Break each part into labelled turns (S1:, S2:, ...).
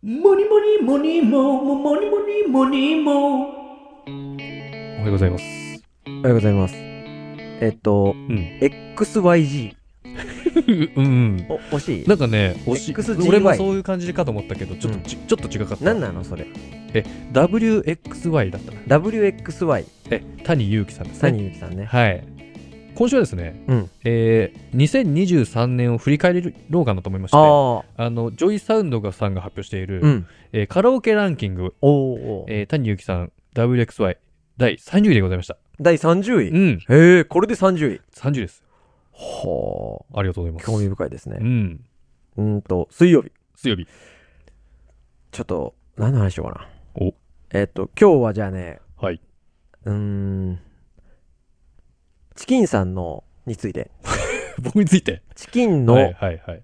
S1: モニモニモニモモモニモニモニモ
S2: おはようございます。
S3: おはようございます。えっと、
S2: ん
S3: XYG。
S2: うん。
S3: お、惜しい
S2: なんかね、惜し
S3: XGY
S2: い。俺もそういう感じかと思ったけど、ちょっとち、ちょっと違かった。
S3: 何なのそれ。
S2: WXY だったな。
S3: WXY。
S2: え、谷祐樹さんですね。
S3: 谷ゆきさんね。
S2: はい。今週はですね、
S3: うん
S2: えー、2023年を振り返ろうかなと思いまして、あ
S3: ああ。
S2: の、ジョイサウンドがさんが発表している、
S3: うん。
S2: えーカラオケランキング、
S3: おーおー。
S2: えー、谷祐樹さん、WXY、第30位でございました。
S3: 第30
S2: う
S3: 位。
S2: ん、
S3: へえ、これで30位。
S2: 30です。
S3: は
S2: ありがとうございま
S3: あ。
S2: す。
S3: 興味深いです
S2: う
S3: ね。
S2: ん。
S3: うんと、水曜日。
S2: 水曜日。
S3: ちょっと、何の話しようかな。
S2: お。
S3: えっと、今日はじゃあね、
S2: はい。
S3: うーん、チキンさんの、について。
S2: 僕について。
S3: チキン
S2: はい
S3: の
S2: はいはい。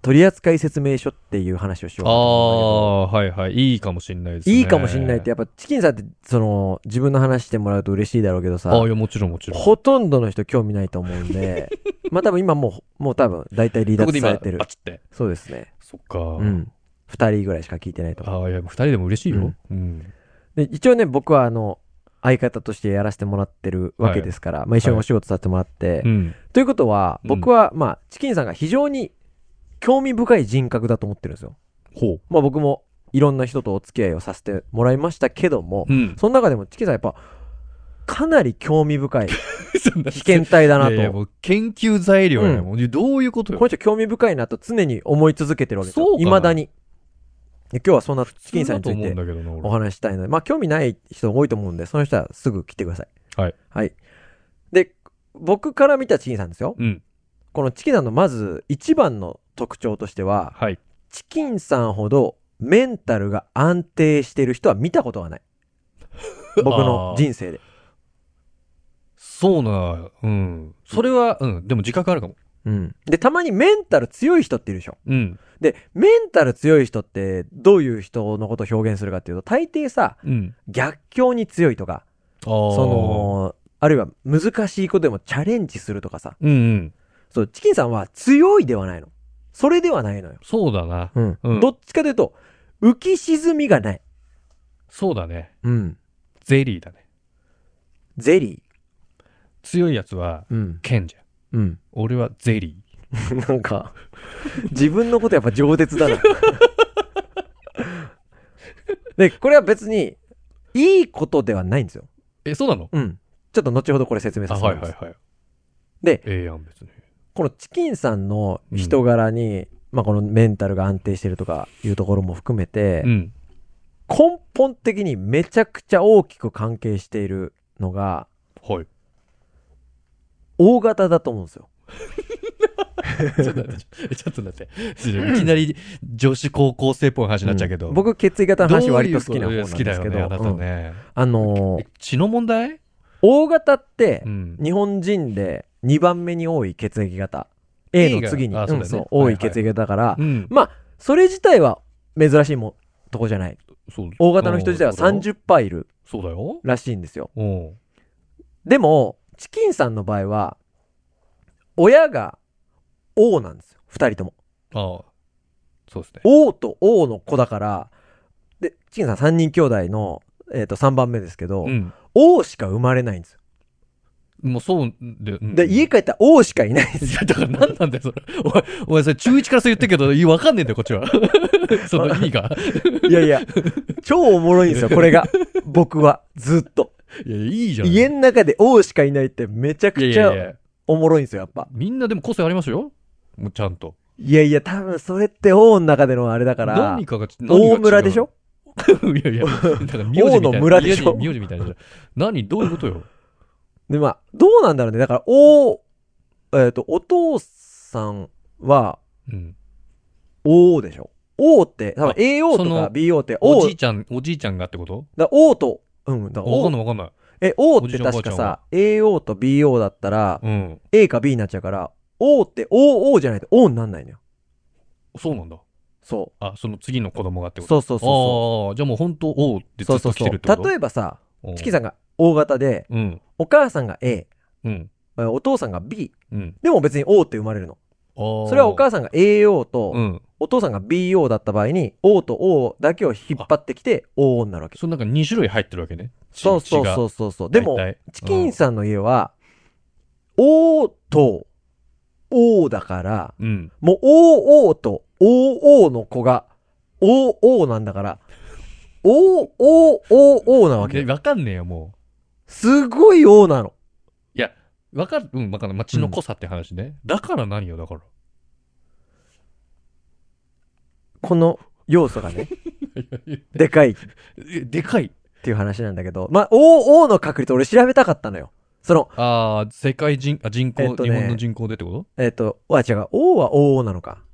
S3: 取扱説明書っていう話をしよう
S2: あ
S3: かなと思うんだけ
S2: あ
S3: ど。
S2: ー、はいはい。いいかもしんないですね。
S3: いいかもしんないって、やっぱチキンさんって、その、自分の話してもらうと嬉しいだろうけどさ
S2: ああ、い、や、もちろんもちろん。
S3: ほとんどの人興味ないと思うんで、 まあ多分今もう、もう多分大体離
S2: ここで
S3: 脱
S2: 今、
S3: さ
S2: バ
S3: れてる。
S2: チって。
S3: そうですね。
S2: そっか。
S3: う
S2: うん。
S3: ん。二人ぐらいしか聞いてないと思う。
S2: ああ、いや、二人でも嬉しいよ。うん。
S3: で、一応ね、僕はあの、相方としてやらせてもらってるわけですから、まあ一緒にお仕事させてもらって、
S2: うん。
S3: ということは、
S2: うん
S3: 僕は、まあ、チキンさんが非常に興味深い人格だと思ってるんですよ。
S2: ほう。
S3: まあ僕もいろんな人とお付き合いをさせてもらいましたけども、
S2: うん。
S3: その中でもチキンさんやっぱ、かなり興味深い
S2: そんな
S3: 被験体だない
S2: やいや
S3: と。
S2: もう研究材料やね、
S3: うん
S2: もうどういうことよ
S3: この人興味深いなと常に思い続けてるわけです
S2: そう
S3: よ。
S2: かない
S3: まだに。で今日はそんなチキンさんにつ
S2: 普通だと
S3: いて
S2: 思うんだけどな俺
S3: お話ししたいので、まあ興味ない人多いと思うんで、その人はすぐ来てください。
S2: はい。
S3: はい。で、僕から見たチキンさんですよ。
S2: うん
S3: このチキンさんのまず一番の特徴としては、
S2: はい
S3: チキンさんほどメンタルが安定してる人は見たことがない。僕の人生で。
S2: そうなうんそれはうんでも自覚あるかも
S3: うん。で、たまにメンタル強い人っているでしょ。
S2: うん
S3: で、メンタル強い人ってどういう人のことを表現するかっていうと、大抵さ、
S2: うん
S3: 逆境に強いとか、
S2: あー
S3: その、あるいは難しいことでもチャレンジするとかさ。
S2: うんうん
S3: そう、チキンさんは強いではないの。それではないのよ。
S2: そうだな
S3: うん。
S2: うん
S3: どっちかというと、浮き沈みがない。
S2: そうだね
S3: うん。
S2: ゼリーだね
S3: ゼリ
S2: 強いやつは
S3: ー。うん。
S2: 剣じゃん
S3: うん。
S2: 俺はゼリ
S3: なんか、自分のことやっぱ饒舌だ な。で、これは別に、いいことではないんですよ。
S2: ーえそうなの
S3: うん。ちょっと後ほどこれ説明
S2: あ
S3: させても
S2: は
S3: ら
S2: いは
S3: いま
S2: い
S3: す。
S2: はい
S3: で、
S2: ええやん別に
S3: このチキンさんの人柄に、まあこのメンタルが安定してるとかいうところも含めて、
S2: うん
S3: 根本的にめちゃくちゃ大きく関係しているのが、
S2: はい
S3: 大型だと思うんですよ。
S2: ちょっと待ってちょっと待ってちょっといきなり女子高校生っぽい話になっちゃうけど、
S3: うん僕、血液型の
S2: どうい
S3: 話
S2: う
S3: 割と好きな方なん
S2: 好きだ
S3: です
S2: よ
S3: け
S2: ね
S3: ど、
S2: あなた
S3: うん
S2: ね、
S3: あの ー
S2: え血の問題
S3: 大型って、
S2: ん
S3: 日本人で2番目に多い血液型 A の次に
S2: A があ
S3: うん
S2: そうだね
S3: そう
S2: はいは
S3: 多
S2: い
S3: い血液型だから、
S2: うん
S3: まあそれ自体は珍しいもとこじゃない
S2: そう
S3: 大型の人自体は
S2: うん
S3: 30%いる
S2: そうだよ。
S3: らしいんですよ
S2: うん。
S3: でもチキンさんの場合は親が O なんですよ2人とも
S2: ああ。そうですね。
S3: O と O の子だからでチキンさん3人兄弟の、えー、と3番目ですけど、
S2: うん。
S3: O しか生まれないんですよ
S2: もうそうで、うん
S3: で家帰ったら O しかいないんですよ
S2: いやだから何なんだよ、それ。お前、お前それ中1からそう言ってるけど、いやわかんねえんだよ、こっちは。 その意味 が。
S3: いやいや、超おもろいんですよ、これが。僕は、ずっと。
S2: いや、いいじゃん。
S3: 家
S2: い
S3: の中で王しかいないってめちゃ
S2: や
S3: く
S2: い
S3: ち
S2: やい
S3: ゃ
S2: や。
S3: おもろいんですよ、やっぱ。
S2: みんなでも個性ありますよ。もうちゃんと。
S3: いやいや、多分それって王の中でのあれだから
S2: 何、かが、何が違う
S3: 王村でしょ
S2: い やいや、なんか名字みたいな。
S3: 王の村でしょ
S2: 名字名字みたいなじゃん。何、どういうこと よ。
S3: で、まあ、どうなんだろうね。だから、王、えっ、と、お父さんは
S2: うん。
S3: 王でしょ王って、多分
S2: あ
S3: AO
S2: そ
S3: と
S2: の
S3: か BO って、
S2: お
S3: 王、
S2: じいちゃん、おじいちゃんがってこと
S3: だ王と、うん、だから
S2: わかん
S3: 王
S2: ないわかんない。
S3: え、王っ
S2: おじい
S3: て
S2: ちゃん
S3: 確か
S2: おばあちゃんは
S3: さ、AO と BO だったら、
S2: うん。
S3: A か B になっちゃうから、王って OO じゃないと王になんないのよ。
S2: そうなんだ。
S3: そう。
S2: あ、その次の子供がってこと
S3: そうそうそ
S2: ああ、じゃあもう本当、おうってず
S3: う。そう
S2: っ
S3: そ
S2: と
S3: う
S2: 来
S3: そ
S2: てるってこと
S3: う。例えばさ、
S2: ば
S3: チキ
S2: さ
S3: さんが O 型で、
S2: ん。うん。
S3: お母さんが A、
S2: うん。
S3: えお父さんが B。
S2: うん。
S3: でも別に O って生まれるの。
S2: そ
S3: それはお
S2: さ
S3: 母さんが AO
S2: う
S3: と
S2: ん。
S3: お父さんが BO だった場合に O と O だけを引っ張ってきて OO になるわけ
S2: そのなんか2種類入ってるわけね。。
S3: そうそうそううそうそうでも
S2: 大体うん
S3: チキンさんの家は O と O だから
S2: うん。
S3: もう OO と OO の子が OO なんだから OOOO なわけ
S2: でわかんねえよ、も
S3: すごい O なの
S2: う。いや、わかる、うん、わかる。まあ、血の濃さって話ね。だから何よ、だから。
S3: この要素がね でかい
S2: えでかい。
S3: っていう話なんだけど、まあ、OO の確率俺調べたかったのよ。その、
S2: ああ、世界人、あ、人口、
S3: えっとね
S2: 日本の人口でってこ
S3: えっ、と、あ、違う、O は OO なのか。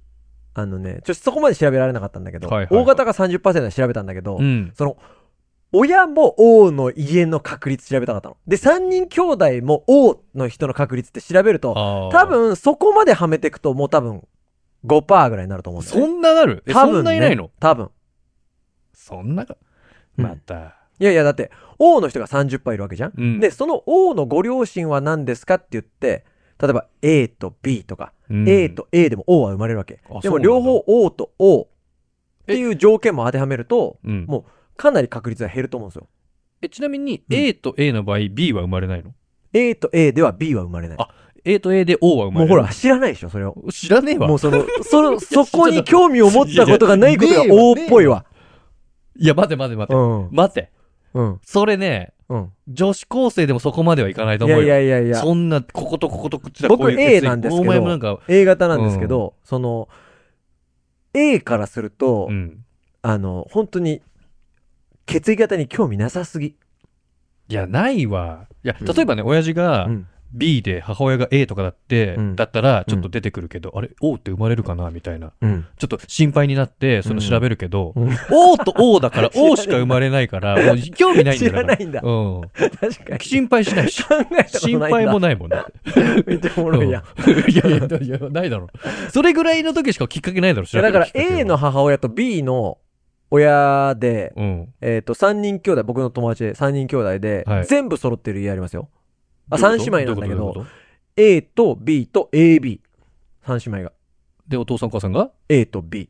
S3: あのね、ちょっとそこまで調べられなかったんだけど、
S2: はいはいはい
S3: O 型が30%で調べたんだけど、
S2: とうん。
S3: その、親も O の家の確率調べたかったの。で、3人兄弟も O の人の確率って調べると、
S2: あー
S3: 多、分そこまではめていくともう多分5%ぐらいになると思うんだよ
S2: そ
S3: ね。
S2: んななるえ、
S3: 多
S2: そん
S3: 分、
S2: ない
S3: ね、
S2: ないの
S3: 多分。
S2: そんなか。
S3: うん
S2: また。
S3: いやいや、だって、O の人が30%いるわけじゃん
S2: うん。
S3: で、その O のご両親は何ですかって言って、例えば A と B とか、
S2: うん
S3: A と A でも O は生まれるわけ
S2: あ。
S3: で
S2: そう
S3: も
S2: なんだ
S3: 両方 O と O っていう条件も当てはめると、
S2: うん
S3: もかなり確率は減ると思うんですよ。
S2: えちなみに
S3: うん
S2: A と A の場合 B は生まれないの
S3: A と A では B は生まれない。
S2: あ ?A と A で O は生ま
S3: もう
S2: れ
S3: ほ
S2: る
S3: ら、知らないでしょ、それを。
S2: 知らねえわ
S3: もうその、そ の、そこに興味を持ったことがないことが
S2: いやいや
S3: O っぽいわ。
S2: いや待て待て待て、
S3: うん。
S2: 待て
S3: うん。
S2: それね
S3: うん。
S2: 女子高生でもそこまではいかないと
S3: い
S2: 思う
S3: や
S2: よ
S3: いやいやいや。
S2: そんなこことこことこっちだ
S3: 僕
S2: こういう血液
S3: A なんですけど
S2: お前もなんか
S3: A 型なんですけど、その、A からすると、
S2: うん
S3: あの、本当に、血液型に興味なさすぎ。
S2: いやないわいや
S3: うん
S2: 例えばね、親父が
S3: うん。
S2: B で母親が A とかだって、
S3: うん
S2: だったらちょっと出てくるけど、あれ O って生まれるかなみたいな
S3: うん。
S2: ちょっと心配になってその調べるけど、
S3: うん
S2: O と O だから O しか生まれないからもう興味ないんだ
S3: 知
S2: よだか
S3: ら
S2: ら
S3: ないんだ。
S2: うん
S3: 確かに。
S2: 心配しない し
S3: 考えたことない
S2: 心
S3: んだ。
S2: 配もないもんだって
S3: めっちゃおもろいやん。
S2: うんいやいやいやないだろうそれぐらいの時しかきっかけないだろ
S3: いやだから A、の母親と B の親で、
S2: 調べるきっかけは
S3: えっ、と、3人兄弟、僕の友達で3人兄弟で、
S2: はい
S3: 全部揃ってる家ありますよ。あ、
S2: うん、どう
S3: 3
S2: いうこと
S3: 姉妹なんだ
S2: うい
S3: けど、
S2: うことういうこ
S3: A と B と AB。3姉妹が。
S2: とでお父さんお母さんが
S3: A と B。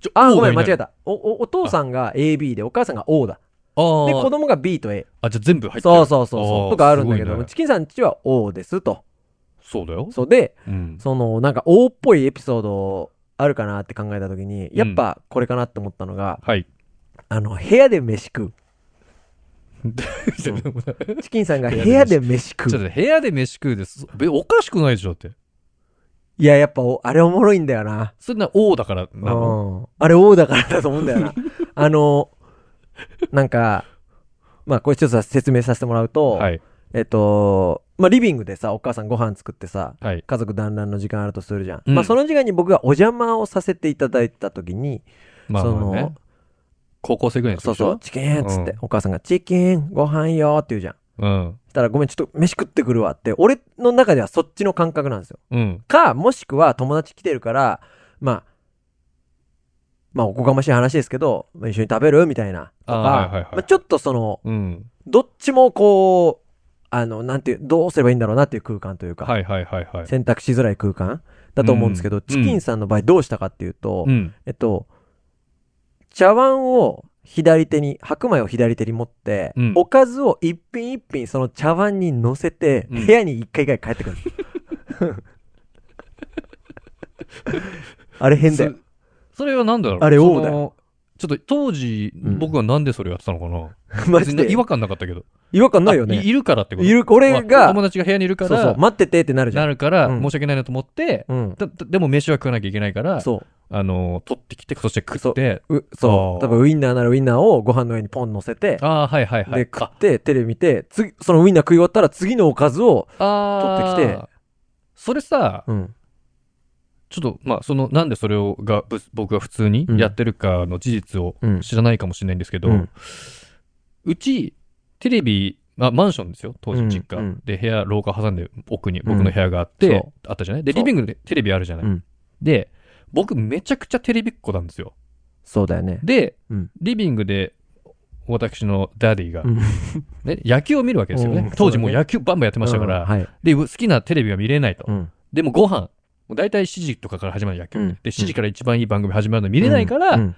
S2: ちょ
S3: あ、
S2: O
S3: ごめん、
S2: が
S3: 間
S2: いな
S3: 違え
S2: い
S3: た。お、お、お父さんが AB で、お母さんが O だ。
S2: あ
S3: で、子
S2: ー
S3: 供が B と A。
S2: あじゃあ全部入ってる
S3: そうそうそうそう。
S2: ー
S3: とかあるんだけ
S2: す
S3: ど、
S2: ごいね
S3: チキンさんちは O ですと。
S2: そうだよ
S3: そうで、
S2: うん
S3: そのなんか O っぽいエピソードあるかなって考えた時に、やっぱこれかなって思ったのが、
S2: はい
S3: あの、部屋で飯 食
S2: ちょっと待って
S3: う。チキンさんが部屋で飯食う。
S2: 部屋で飯食うですべおかしくないでしょだって
S3: いや、やっぱおあれおもろいんだよな。
S2: それな O だからなの
S3: うんあれ O だからだと思うん だよな。あの、なんか、まあこれちょっとさ説明させてもらうと、
S2: はい
S3: えっと、まあリビングでさ、お母さんご飯作ってさ、
S2: はい
S3: 家族団らんの時間あるとするじゃん。
S2: うん
S3: まあその時間に僕がお邪魔をさせていただいた時に、
S2: まあ
S3: そ
S2: ま
S3: の
S2: あね高校生ぐらいの時
S3: そう
S2: でしょ
S3: そう、チキンっつって、
S2: うん
S3: お母さんがチキンご飯よって言うじゃん。
S2: うん
S3: したらごめん、ちょっと飯食ってくるわって、俺の中ではそっちの感覚なんですよ。
S2: うん
S3: か、もしくは友達来てるから、まあ、まあおこがましい話ですけど、まあ一緒に食べるみたいな。と
S2: あ
S3: か、
S2: ーはいはいはい
S3: まあ、ちょっとその、
S2: うん
S3: どっちもこう、あの、なんていう、どうすればいいんだろうなっていう空間というか、
S2: はいはいはいはい
S3: 選択しづらい空間だと思うんですけど、
S2: うん
S3: チキンさんの場合どうしたかっていうと、
S2: うん
S3: えっと、茶碗を左手に、白米を左手に持って、
S2: うん
S3: おかずを一品一品その茶碗に乗せて、
S2: うん
S3: 部屋に一回一回帰ってくる。 あれ変だよ。
S2: それはなんだろう
S3: あれ O だ
S2: そ
S3: よ
S2: のちょっと当時、
S3: うん
S2: 僕はなんでそれやってたのかな
S3: マ
S2: 別
S3: ジ
S2: に
S3: で
S2: 違。和感なかったけど。
S3: 違和感ないよ
S2: あ
S3: ね。
S2: いるからってこと
S3: いる、俺
S2: あ
S3: が、
S2: 友達が部屋にいるか
S3: そう
S2: ら、
S3: そう、待っててってなるじゃ。
S2: なんるから、
S3: うん
S2: 申し訳ないなと思って、
S3: うん。
S2: だだでも飯は食わなきゃいけないから、
S3: そ
S2: あのー取ってきて、そして食って、
S3: う。う
S2: あ
S3: そ
S2: ー
S3: う。多分ウインナーならウインナーをご飯の上にポン乗せて、
S2: ああ、はいはいはい。
S3: で、食
S2: あ
S3: って、テレビ見て、次、そのウインナー食い終わったら次のおかずを、
S2: あー
S3: 取ってきて。
S2: それさ、
S3: うん。
S2: ちょっと、まあ、その、なんでそれをが、ぶ僕が普通にやってるかの事実を
S3: うん
S2: 知らないかもしれないんですけど、う
S3: うん
S2: ち、テレビ、まあ、マンションですよ、当時、
S3: うん
S2: 実家。
S3: うん
S2: で、部屋、廊下挟んで、奥に、僕の部屋があって、
S3: うんそ
S2: あったじゃないで、
S3: そう
S2: リビングでテレビあるじゃない、
S3: うん
S2: で、僕、めちゃくちゃテレビっ子なんですよ。
S3: そうだよね。
S2: で、
S3: うん
S2: リビングで、私のダディが、
S3: うん
S2: ね、野球を見るわけですよね。
S3: うん
S2: 当時もう
S3: そうだね
S2: 野球バンバンやってましたから、
S3: うんはい。
S2: で、好きなテレビは見れないと。
S3: うん。
S2: でもご飯、もう大体7時とかから始まる野球、
S3: うん
S2: で7時から一番いい番組始まるの見れないから、
S3: うんうん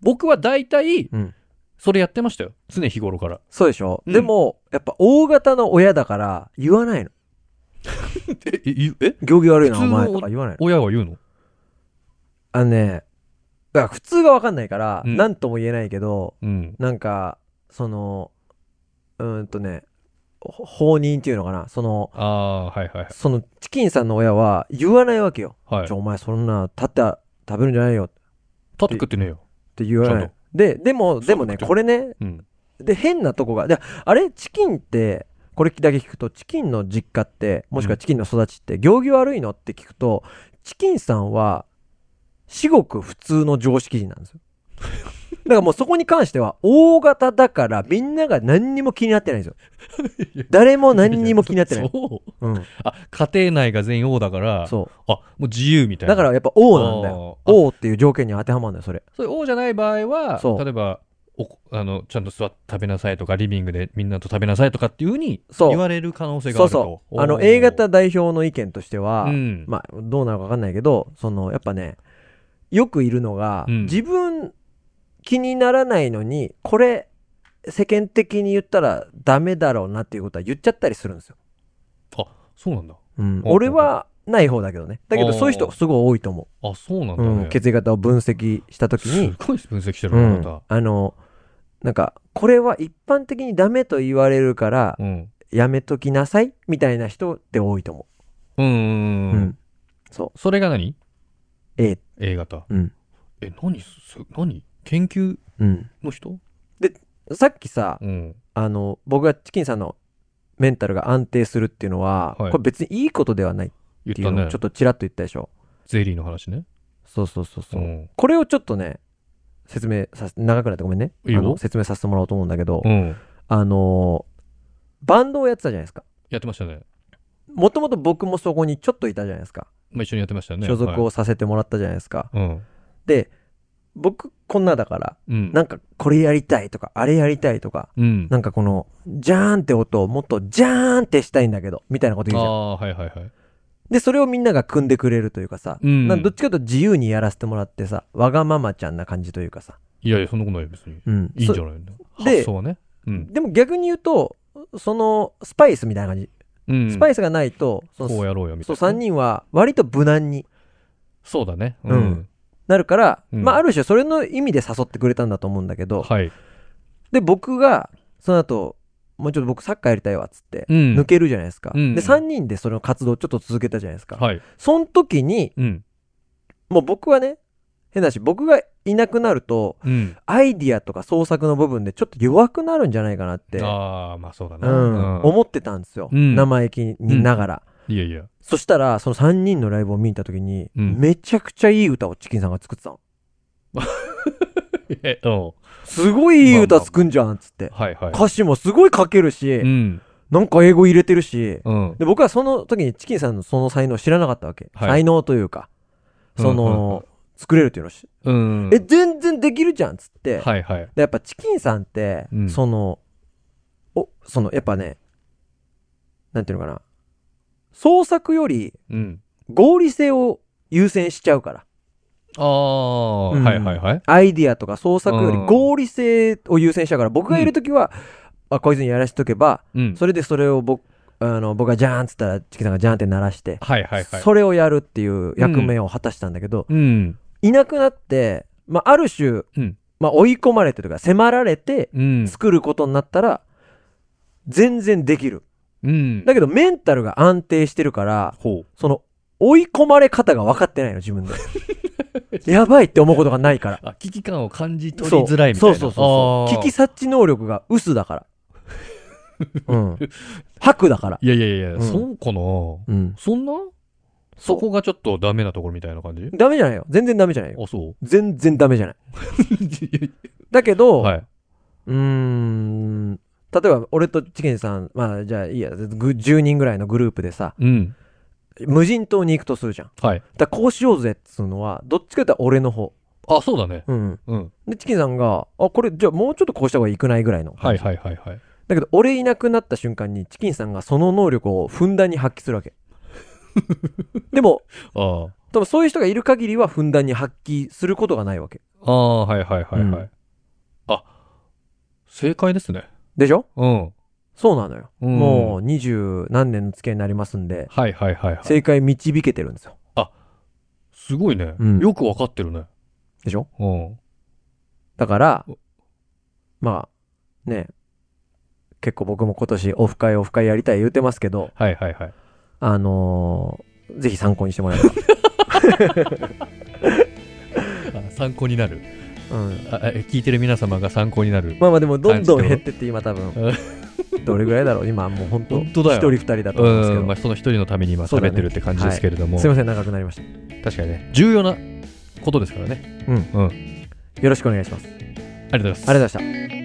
S2: 僕は大体
S3: うん
S2: それやってましたよ常日頃 から
S3: そうでしょ、
S2: うん
S3: でも、やっぱ大型の親だから言わないの。
S2: えええ
S3: 行儀悪いな、
S2: 普
S3: お
S2: 通の
S3: 前とか言わないの。
S2: 親は言うの
S3: あのね、だから普通がわかんないから、
S2: うん
S3: なんとも言えないけど、
S2: うん
S3: なんか、その、うーんとね、ほ放任っていうのかな、その、
S2: ああはいはい
S3: そのチキンさんの親は言わないわけよ。
S2: はい
S3: ち
S2: 立
S3: ょ、お前そんな立って食べるんじゃないよっ
S2: って食ってねえよ、
S3: て言わな
S2: ちゃん
S3: い
S2: と。
S3: で、でも、でもね、
S2: そう
S3: これね、
S2: うん、
S3: で、変なとこが、で、あれチキンって、これだけ聞くと、チキンの実家って、もしくはチキンの育ちって、行儀悪いのって聞くと、チキンさんは、至極普通の常識人なんです よ。だからもうそこに関しては、大型だから、みんなが何にも気になってないんですよ。誰も何にも気になってない。
S2: そう
S3: うん。
S2: あ家庭内が全員王だから
S3: そ
S2: あもう自由み
S3: う。
S2: たいな
S3: だからやっぱ王なんだよ。
S2: あーあ
S3: 王っていう条件に当てはまるんだよ、それ。
S2: それ王じゃない場合は
S3: そう
S2: 例えばおこあのちゃんと座って食べなさいとかリビングでみんなと食べなさいとかっていうふうに
S3: そう
S2: 言われる可能性があ
S3: そう
S2: ると
S3: そう。あ
S2: お
S3: の、
S2: ー
S3: A 型代表の意見としては、
S2: うん
S3: まあ、どうなるか分かんないけど、その、やっぱね、よくいるのが、
S2: うん
S3: 自分気にならないのに、これ、世間的に言ったらダメだろうなっていうことは言っちゃったりするんですよ。
S2: あそうなんだ
S3: うん、
S2: おう
S3: 俺はない方だけどね。だけど、
S2: おう
S3: そういう人すごい多いと思
S2: あそうなん
S3: う。
S2: だね、
S3: うん、血液型を分析した時
S2: す
S3: に、
S2: ごい分析してる
S3: う
S2: ね
S3: ん
S2: また、
S3: あの、なんか、これは一般的にダメと言われるから、
S2: うん、
S3: やめときなさいみたいな人って多いと思
S2: うんうん
S3: う。
S2: うん、
S3: うん。そ
S2: それが何
S3: う。A
S2: A 型
S3: うん。
S2: え何す何研究
S3: うん。
S2: の人
S3: さっきさ、
S2: うん
S3: あの、僕がチキンさんのメンタルが安定するっていうのは、
S2: はい
S3: これ別にいいことではないっ
S2: 言
S3: て
S2: っ
S3: いう
S2: た
S3: のを
S2: ね
S3: ちょっとちらっと言ったでしょ。
S2: ゼリーの話ね
S3: そうそうそうそう。
S2: ん
S3: これをちょっとね、説明させ、長くなってごめんね。
S2: いいよ
S3: あの説明させてもらおうと思うんだけど、
S2: うん
S3: あのーバンドをやってたじゃないですか。
S2: やってましたね、
S3: もともと僕もそこにちょっといたじゃないですか。
S2: まあ、一緒にやってましたね
S3: 所属
S2: は
S3: をさせてもらったじゃないですか。
S2: いうん
S3: で、僕、こんなだから、
S2: うん
S3: なんかこれやりたいとか、あれやりたいとか、
S2: うん
S3: なんかこの、ジャーンって音をもっとジャーンってしたいんだけど、みたいなこと言うじゃん。
S2: ああーはいはいはい
S3: で、それをみんなが組んでくれるというかさ、
S2: うん
S3: なんかどっちかというと自由にやらせてもらってさ、わがままちゃんな感じというかさ。
S2: いやいやそんなことないよ別に
S3: うん。
S2: いいんじ
S3: そ
S2: ゃないの
S3: で
S2: 発想はねうん
S3: でも逆に言うと、そのスパイスみたいな感じ。
S2: うん
S3: スパイ
S2: ス
S3: スがないと、そ
S2: こう
S3: の
S2: やろうよみた
S3: そ
S2: いうな
S3: 3人は割と無難に
S2: そうだね
S3: う
S2: うんん
S3: なるから、
S2: うん
S3: まあある種それの意味で誘ってくれたんだと思うんだけど、
S2: はい
S3: で、僕が、その後、もうちょっと僕サッカーやりたいわっつって、
S2: うん
S3: 抜けるじゃないですか。
S2: うん
S3: で、3人でその活動をちょっと続けたじゃないですか。
S2: はい
S3: その時に、
S2: うん
S3: もう僕はね、変だし、僕がいなくなると、
S2: うん
S3: アイディアとか創作の部分でちょっと弱くなるんじゃないかなって、
S2: ああまあそうだ
S3: う、
S2: なんうん
S3: 思ってたんですよ。
S2: うん
S3: 生意気にながら。
S2: いやいや
S3: そしたら、その3人のライブを見に行った時に、
S2: うん
S3: めちゃくちゃいい歌をチキンさんが作ってたの。
S2: えうん
S3: すごいいい歌作んじゃんっつって。
S2: はいはい
S3: 歌詞もすごい書けるし、
S2: うん
S3: なんか英語入れてるし、
S2: うん
S3: で僕はその時にチキンさんのその才能を知らなかったわけ、
S2: はい
S3: 才能というかその、
S2: うんうんう
S3: 作れるっていうのをし、
S2: うん
S3: え全然できるじゃんっつって、
S2: はいはい
S3: でやっぱチキンさんって、
S2: うん
S3: そのおそのやっぱねなんていうのかな創作より
S2: うん
S3: 合理性を優先しちゃうから
S2: ああ
S3: うん
S2: はいはいはい
S3: アイディアとか創作より
S2: うん
S3: 合理性を優先しちゃうから、僕がいる時は、あこいつにやらしとけば
S2: うん
S3: それでそれを僕あの僕がジャーンっつったらチキンさんがジャーンって鳴らして、
S2: はいはいはい
S3: それをやるっていう役目を果たしたんだけど、
S2: うん
S3: いなくなって、まあ、ある種、
S2: うん
S3: まあ、追い込まれてとか迫られて
S2: うん
S3: 作ることになったら全然できる
S2: うん
S3: だけどメンタルが安定してるから
S2: ほ
S3: その追い込まれ方が分かってないの 自分でやばいって思うことがないから
S2: うあ危機感を感じ取りづらいみたい
S3: そう
S2: な
S3: そうそうそう
S2: あー
S3: 聞き察知能力が薄だから うん白だから
S2: いやいやいやい
S3: うん
S2: やそうかな
S3: うん
S2: そんなそこがちょっとダメなところみたいな感じ
S3: ダメじゃないよ全然ダメじゃないよ
S2: あ、 そ
S3: 全然ダメじゃないうだけど、
S2: はい。
S3: うーん。例えば、俺とチケンさん、まあ、じゃあいいや、ぐ10人ぐらいのグループでさ、
S2: うん。
S3: 無人島に行くとするじゃん。
S2: はい。
S3: だからこうしようぜっつうのは、どっちかというと俺の方。
S2: あ、そうだね。
S3: うん。
S2: うん。
S3: で、チキンさんが、あ、これ、じゃあもうちょっとこうした方がいいくないぐらいの。
S2: はいはいはいはい。
S3: だけど、俺いなくなった瞬間に、チキンさんがその能力をふんだんに発揮するわけ。でも、
S2: あ
S3: 多分そういう人がいる限りはふんだんに発揮することがないわけ。
S2: あ。ああ、はいはいはいはい。
S3: うん
S2: あ、正解ですね。
S3: でしょ
S2: うん。
S3: そうなのよ。
S2: うん
S3: もう二十何年の付き合いになりますんで、
S2: はいはいはいはい。
S3: 正解導けてるんですよ。
S2: すごいね、
S3: うん
S2: よくわかってるね。
S3: でしょ
S2: うん。
S3: だから
S2: お、
S3: まあ、ね、結構僕も今年オフ会オフ会やりたい言うてますけど、
S2: はいはいはい。
S3: あのーぜひ参考にしてもら えれば。
S2: あ参考になる。
S3: うん。
S2: ああえ聞いてる皆様が参考になる。
S3: まあまあでもどんどん
S2: はい
S3: 減ってって今多分、どれぐらいだろう今もう本当、
S2: 本当だよ
S3: 一人二人だと思うんですけ
S2: う
S3: ど
S2: ん、まあ、その一人のために今
S3: そう
S2: 食
S3: だ
S2: べ
S3: ね
S2: てるって感じですけれども、
S3: すいません、長くなりました。
S2: 確かにね、重要なことですからね。
S3: うん
S2: うん。あり
S3: よろしくお願いします。あり
S2: がとうございます。
S3: がとうございました。